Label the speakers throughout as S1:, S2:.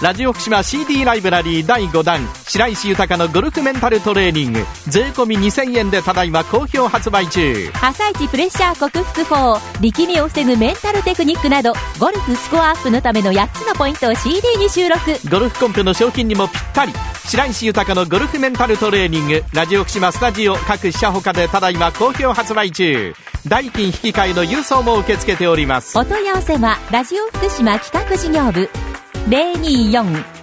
S1: ラジオ福島 CD ライブラリー第5弾白石豊のゴルフメンタルトレーニング税込み2000円でただいま好評発売中
S2: 朝一プレッシャー克服法力みを防ぐメンタルテクニックなどゴルフスコアアップのための8つのポイントを CD に収録
S1: ゴルフコンペの賞金にもぴったり白石豊のゴルフメンタルトレーニングラジオ福島スタジオ各社ほかでただいま好評発売中代金引き換えの郵送も受け付けております
S2: お問い合わせはラジオ福島企画事業部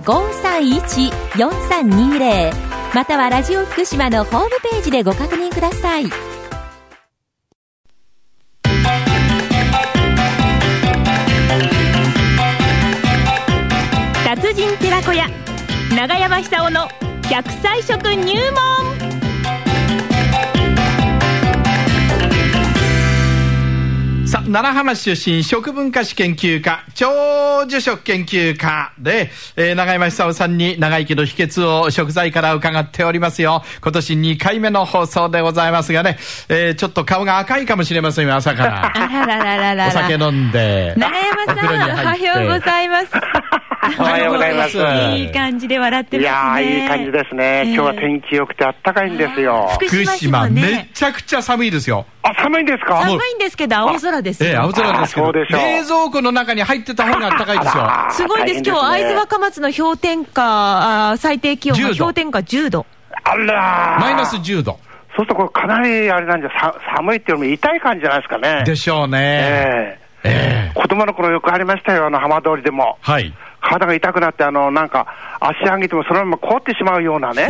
S2: 024-531-4320またはラジオ福島のホームページでご確認ください
S3: 達人寺子屋長山久夫の百歳食入門
S1: さあ、奈良浜市出身食文化史研究家、長寿食研究家で、えー、長山久夫さんに長生きの秘訣を食材から伺っておりますよ。今年2回目の放送でございますがね、えー、ちょっと顔が赤いかもしれませんよ、朝 から。
S3: あらららららら
S1: お酒飲んで。
S3: 長山
S1: お風呂に
S3: さんおは
S1: 入って
S3: ようございます
S4: おはようございます
S3: あのいい感じで笑って
S4: いや
S3: ますね
S4: ー、いい感じですね。今日は天気良くて暖かいんですよ。
S3: 福
S1: 福
S3: 島
S1: 島、
S3: 市も
S1: め
S3: ね
S1: ちゃくちゃ寒いですよ。
S4: あ、寒いんですか
S3: 寒いんですけど青空ですよ
S1: ええ、青空ですけ
S4: あ
S1: ど。
S4: そうでしょう
S1: 冷蔵庫の中に入ってた方が暖かい ですよ。
S4: あ
S3: すごいです、
S4: 大変
S3: 今日、会
S4: ね
S3: 津若松の氷点下、あー最低気温が
S1: 10度
S3: 氷点下10度。
S4: あらー
S1: マイナス10度。
S4: そうすると、これかなりあれなんじゃ、さ寒いっていうよりも痛い感じじゃないですかね。
S1: でしょうね。
S4: え
S1: ええ
S4: え子供の頃よくありましたよ、あの浜通りでも。
S1: はい。
S4: 体が痛くなって、あの、なんか、足上げてもそのまま凍ってしまうよう なね。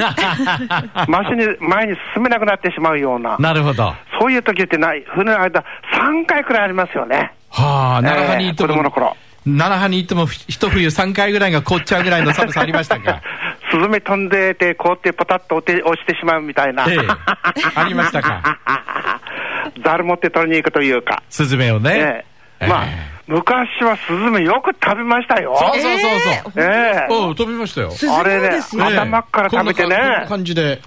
S4: マシに、前に進めなくなってしまうような。
S1: なるほど。
S4: そういう時ってない、船の間、3回くらいありますよね。
S1: はあ、奈良派に行っても、
S4: ええ子供の頃
S1: 奈良派に行っても、ひ一冬3回ぐらいが凍っちゃうぐらいの寒さありましたか
S4: スズメ飛んでて、凍ってポタッと落ち落ちてしまうみたいな。
S1: ええありましたか。
S4: ざる持って取りに行くというか。
S1: スズメをね。
S4: ええまあ、昔はスズメよく食べましたよ。
S1: そうそうそうそう。
S4: ええ
S1: おう飛びましたよ。
S3: え
S4: あれね、
S3: え
S4: 頭から食べてね
S1: こんな感じで。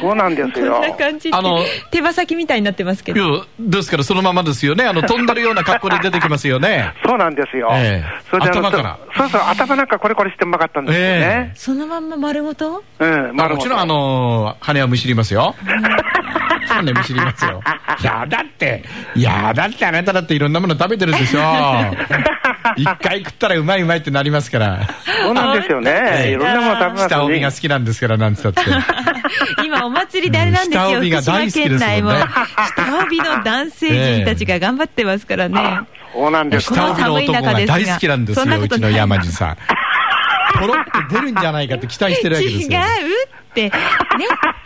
S4: そうなんですよ
S3: こん。な感じで
S1: あの
S3: 手羽先みたいになってますけ
S1: いや
S3: ど。、
S1: ですからそのままですよね。あの、飛んでるような格好で出てきますよね。
S4: そうなんですよ。
S1: ええ
S4: それであの
S1: 頭から
S4: そうそう、頭なんかこれこれしてうまかったんですよね。
S3: そのまんま丸ごと
S4: うん、
S1: まあ、
S4: 丸
S1: も
S4: ご
S1: ち
S4: と
S1: ろん、あのー羽はむしりますよ。羽むしりますよ。いや、だって、いや、だってあなただっていろんなもの食べてるでし ょ。一回食ったらうまいうまいってなりますから。
S4: そうなんですよ
S1: ええ
S4: ね。いろんなもの食べます
S1: 下帯が好きなんですから、なんつったって。
S3: 今お祭りであれなんです
S1: うん下
S3: よ、
S1: 帯が
S3: 福島
S1: 大好き
S3: 県
S1: ですもんね
S3: 内も。下帯の男性陣たちが頑張ってますからね。
S4: そうなんですよ。
S1: 下帯の男が大好きなんです
S3: そんな
S1: よ、
S3: こ
S1: う
S3: と
S1: ち
S3: な
S1: の
S3: い
S1: 山地さん。ポロって出るんじゃないかって期待してるわけです
S3: 違う
S1: よ。
S3: って、ね、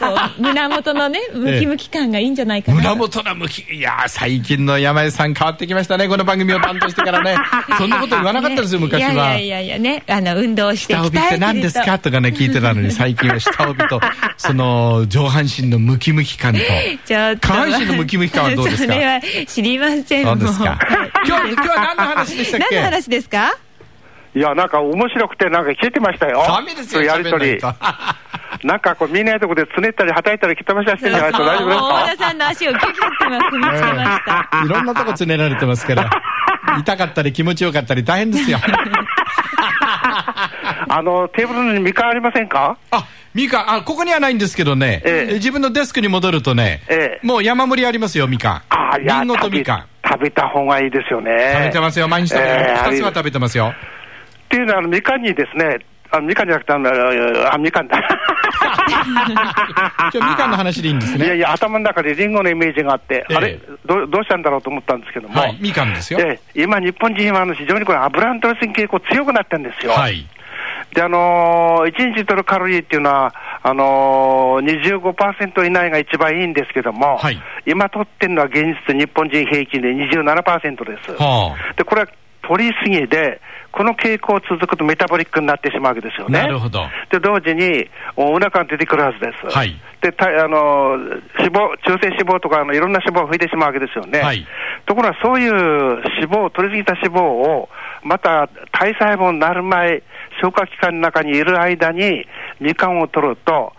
S3: こう胸元 のね、ムキムキ感がいいんじゃないかな
S1: 胸。元の向き、いやー、最近の山井さん変わってきましたね、この番組を担当してからね。そんなこと言わなかったですよ、昔は。
S3: いやいやいやいやね、あの、運 動して
S1: 下帯って何ですかとかね、聞いてたのに、最近は下帯と、その、上半身のムキムキ感と。
S3: ちょっと
S1: 下半身のムキムキ感はどうですか
S3: それは知りません
S1: 何ですか
S3: もう
S1: 今日、今日は何の話でしたっ
S3: 何
S1: け
S3: の話ですか
S4: いや、なんか面白くて、なんか聞いてましたよ。
S1: ダメですよ、
S4: やりと
S1: 喋。
S4: り
S1: んない
S4: なんかこう、見えないとこでつねったり、はたいたり、蹴ったましたりしてんじゃないと大丈夫です
S3: もう大田
S4: か
S3: さんの足をギュギュって今踏みつけました。
S1: といろんなとこつねられてますから。痛かったり気持ちよかったり大変 ですよ。
S4: あの、テーブルにみかんありませんか
S1: あ、ミカ、あ、ここにはないんですけどね、
S4: ええ
S1: 自分のデスクに戻るとね、
S4: ええ
S1: もう山盛りありますよ、みか
S4: ああ、
S1: ん。
S4: い
S1: り
S4: や、
S1: んごと
S4: 食べ
S1: みかん。
S4: 食べた方がいいですよね。
S1: 食べてますよ、毎日食べて
S4: え
S1: ます。
S4: え
S1: 2つは食べてます よ。
S4: っていうのは、あのみかんにですね、あみかんじゃなくて、あのあみ かんだ。
S1: 今日みかんの話でいいんです
S4: いや
S1: ね。
S4: いや、頭の中でリンゴのイメージがあって、
S1: ええ
S4: あれど、どうしたんだろうと思ったんですけども、
S1: はい、みかんですよ。
S4: ええ今、日本人はあの非常にこれ、油の取りすぎ傾向強くなってるんですよ。
S1: はい。
S4: で、あのー、1日取るカロリーっていうのは、あのー、25%以内が一番いいんですけども、
S1: はい
S4: 今取ってるのは現実、日本人平均で27%です。
S1: はあ。
S4: で、これは取りすぎで、この傾向続くとメタボリックになってしまうわけですよね。
S1: なるほど
S4: で、同時に、お腹が出てくるはずです。
S1: はい
S4: で、たあのー、脂肪、中性脂肪とか、あの、いろんな脂肪を増えてしまうわけですよね。
S1: はい
S4: ところが、そういう脂肪、取りすぎた脂肪を、また、体細胞になる前、消化器官の中にいる間に、みかんを取ると、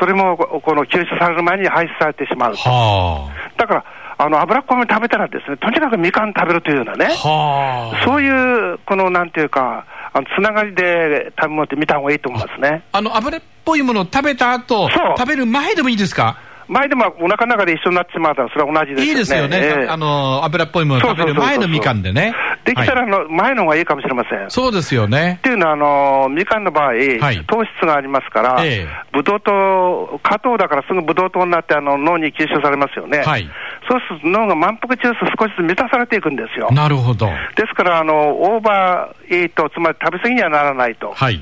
S4: それも、ここの吸収される前に排出されてしまうと。
S1: は
S4: だから、あの、油っこめ食べたらですね、とにかくみかん食べるというようなね。
S1: あ。はあ。
S4: そういう、このなんていうか、あのつながりで食べ物って見た方がいいと思いますね。
S1: あの油っぽいものを食べた後
S4: そう
S1: 食べる前でもいいですか
S4: 前でもお腹の中で一緒になっちまうのは、それは同じですよね。
S1: いいですよね、
S4: ええ
S1: あの油っぽいものを食べる前のみかんでね。
S4: できたら
S1: はい
S4: あの、前の方がいいかもしれません。
S1: そうですよ
S4: っ
S1: ね。
S4: ていうのは、あのみかんの場合、
S1: い
S4: 糖質がありますから、
S1: ええ
S4: ブドウ糖、果糖だからすぐブドウ糖になってあの脳に吸収されますよね、
S1: はい
S4: そうすると脳が満腹中枢、少しずつ満たされていくんですよ。
S1: なるほど。
S4: ですからあの、オーバーイート、つまり食べ過ぎにはならないと、
S1: はい。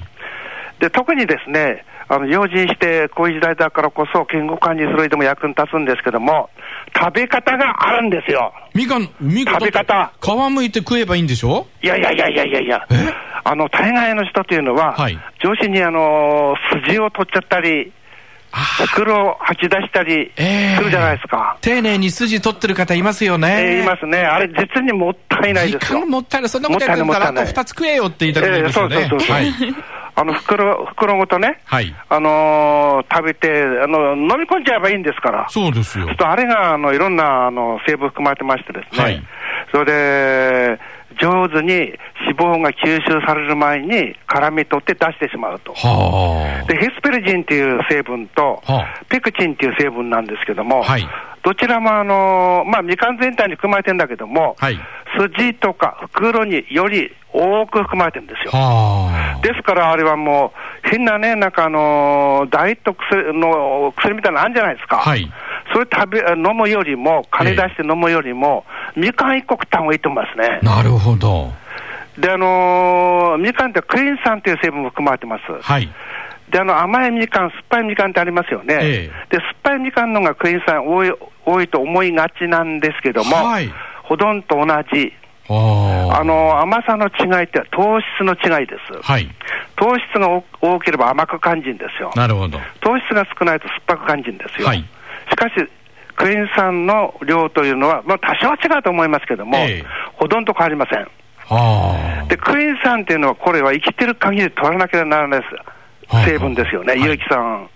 S4: で特にですねあの用心して、こういう時代だからこそ、健康管理するにでも役に立つんですけども、食べ方があるんですよ。
S1: みかん、みかん。
S4: 食べ方
S1: 皮むいて食えばいいんでしょ
S4: いやいやいやいやいやいや
S1: え、
S4: あの大概の人というのは、
S1: はい
S4: 上司にあの筋を取っちゃったり、
S1: あ
S4: 袋を吐き出したり
S1: ええ
S4: するじゃないですか。
S1: 丁寧に筋取ってる方いますよ
S4: え
S1: ね。
S4: ーいますね、あれ、実にもったいないです
S1: 時
S4: よ
S1: 間。もったいない。そんなことやってたら、あと
S4: もったいないもったいな
S1: 2
S4: い
S1: つ食えよって言いたくなりますよね。
S4: ええそうそうそうそう
S1: はい。
S4: あの袋袋ごとね、
S1: はい。
S4: あのー食べてあの、飲み込んじゃえばいいんですから、
S1: そうですよ
S4: ちょっ。とあれがあのいろんなあの成分含まれてましてですね、
S1: はい
S4: それで上手に脂肪が吸収される前に絡み取って出してしまうと。
S1: はあ。
S4: でヘスペルジンという成分と、
S1: はあ
S4: ペクチンという成分なんですけども、
S1: はい
S4: どちらも、あのーまあ、みかん全体に含まれてるんだけども、
S1: はい
S4: 筋とか袋により多く含まれてるんですよ。
S1: はあ。
S4: ですから、あれはもう、変なね、なんかあのーダイエット薬の薬みたいなのあるんじゃないですか。
S1: はい
S4: それ食べ、飲むよりも、金出して飲むよりも、みかん一個食った方がいいと思いますね。
S1: なるほど。
S4: で、あのーみかんってクエン酸という成分も含まれてます。
S1: はい。
S4: で、あの、甘いみかん、酸っぱいみかんってありますよね。
S1: え
S4: で、酸っぱいみかんの方がクエン酸多い、多いと思いがちなんですけども、
S1: はい
S4: ほとんど同じ。
S1: はあ。
S4: あ、の、甘さの違いって糖質の違いです。
S1: はい。
S4: 糖質が多多ければ甘く感じるんですよ。
S1: なるほど。
S4: 糖質が少ないと酸っぱく感じるんですよ。
S1: はい
S4: しかし、クエン酸の量というのは、まあ、多少は違うと思いますけども、
S1: ええ
S4: ほとんど変わりません。
S1: はあ。
S4: で、クエン酸っていうのは、これは生きてる限りで取らなければならないです、
S1: はい
S4: 成分ですよね、
S1: はい
S4: 有機酸、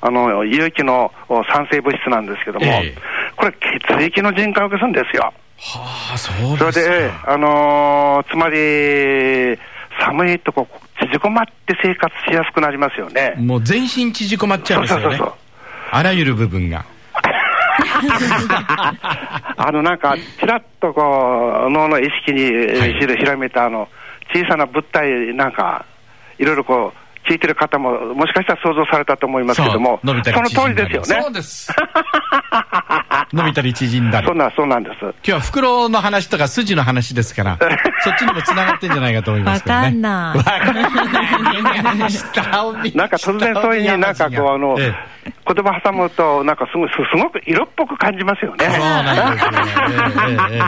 S4: あの有機のお酸性物質なんですけども、
S1: ええ
S4: これ、血液の循環を消すんですよ。
S1: はあ、そう
S4: そ
S1: で
S4: れ
S1: す
S4: で、
S1: か。
S4: あのーつまり、寒いとこ、縮こまって生活しやすくなりますよね。
S1: もう全身縮こまっちゃうんですよね
S4: そうそうそうそう。
S1: あらゆる部分が。
S4: あのなんか、ちらっとこう、脳の意識にえ
S1: はい
S4: ーひらひらめた、あの、小さな物体なんか、いろいろこう、聞いてる方も、もしかしたら想像されたと思いますけども、
S1: そう伸びた
S4: そ
S1: り
S4: の通
S1: 縮
S4: り
S1: んだ
S4: で
S1: り
S4: すよね。
S1: そうです。伸びたり縮んだり。
S4: そう
S1: 今
S4: なん、そうなんです。
S1: 日は袋の話とか筋の話です から、そっちにも繋がってんじゃないかと思いますけどね。
S3: わかんない
S1: わかんない。下を見
S4: なんか突然そういうふうになんかこう、あの、
S1: ええ
S4: 言葉挟むと、なんかすごい、すすごく色っぽく感じますよね。
S1: そうなんですよね。ええええええ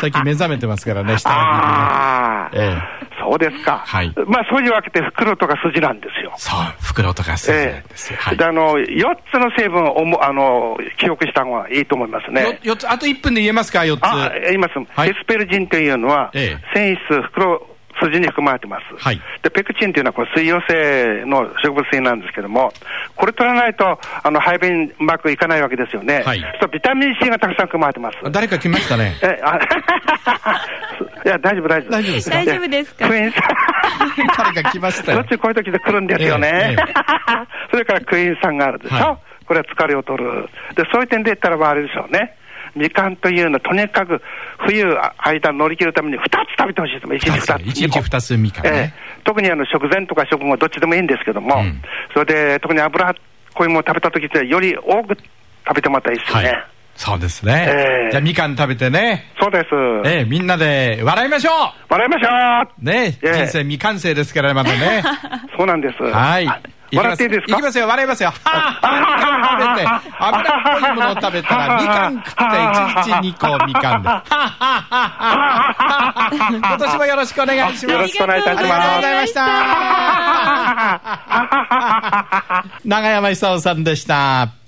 S1: 最近目覚めてますからね、下を
S4: ああ、
S1: 見てね。ええ
S4: そうですか。
S1: はい
S4: まあ、そういうわけで袋とか筋なんですよ。
S1: そう、袋とか筋なんですよ。はい
S4: で、あの、4つの成分をおもあの記憶した方がいいと思いますね。
S1: よ四つ、あと1分で言えますか、4つ。
S4: あ、言います。
S1: はい
S4: ヘスペルジンというのは、
S1: え
S4: 繊維質、袋、筋に含まれてます、
S1: はい
S4: で、ペクチンというのはこれ水溶性の植物性なんですけども、これ取らないと、あの、排便うまくいかないわけですよね。
S1: はい
S4: そうビタミン C がたくさん含まれてます。
S1: 誰か来ました ね。
S4: え、あ、いや、大丈夫、大丈夫。
S1: 大丈夫です
S3: か大丈夫ですか
S4: クエン酸。
S1: 誰か来ました
S4: しょ
S1: よ
S4: っち。ゅうこういう時で来るんですよ
S1: ええ
S4: ね。それからクイーンさんがあるでしょ、
S1: は
S4: これは疲れを取る。で、そういう点で言ったらばあれでしょうね。みかんというのは、とにかく冬間乗り切るために2つ食べてほしいですもん、1日2つ。
S1: 一日二つみかん
S4: え
S1: ね。
S4: え特にあの食前とか食後、どっちでもいいんですけども、
S1: うん
S4: それで特に油っこいものを食べた時って、より多く食べてもらったらいいですよね。。
S1: そうですね。
S4: ええ
S1: じゃあ、みかん食べてね。
S4: そうです。
S1: ええみんなで笑いましょ
S4: 笑いましょ
S1: うね、
S4: ええ
S1: 人生未完成ですからね、まだね。
S4: うそうなんです。
S1: はい
S4: あ。
S1: きま
S4: 笑っていいですか
S1: いきますよ、笑います よ。はぁはぁはぁはぁはぁ食べて、油っぽいものを食べたら、みかん食って、一日二個みかん で。はぁ はぁはぁはぁ今年もよろしくお願いします。
S4: よろしくお願いいたします
S1: ありがとうございま した。長山久夫さんでした。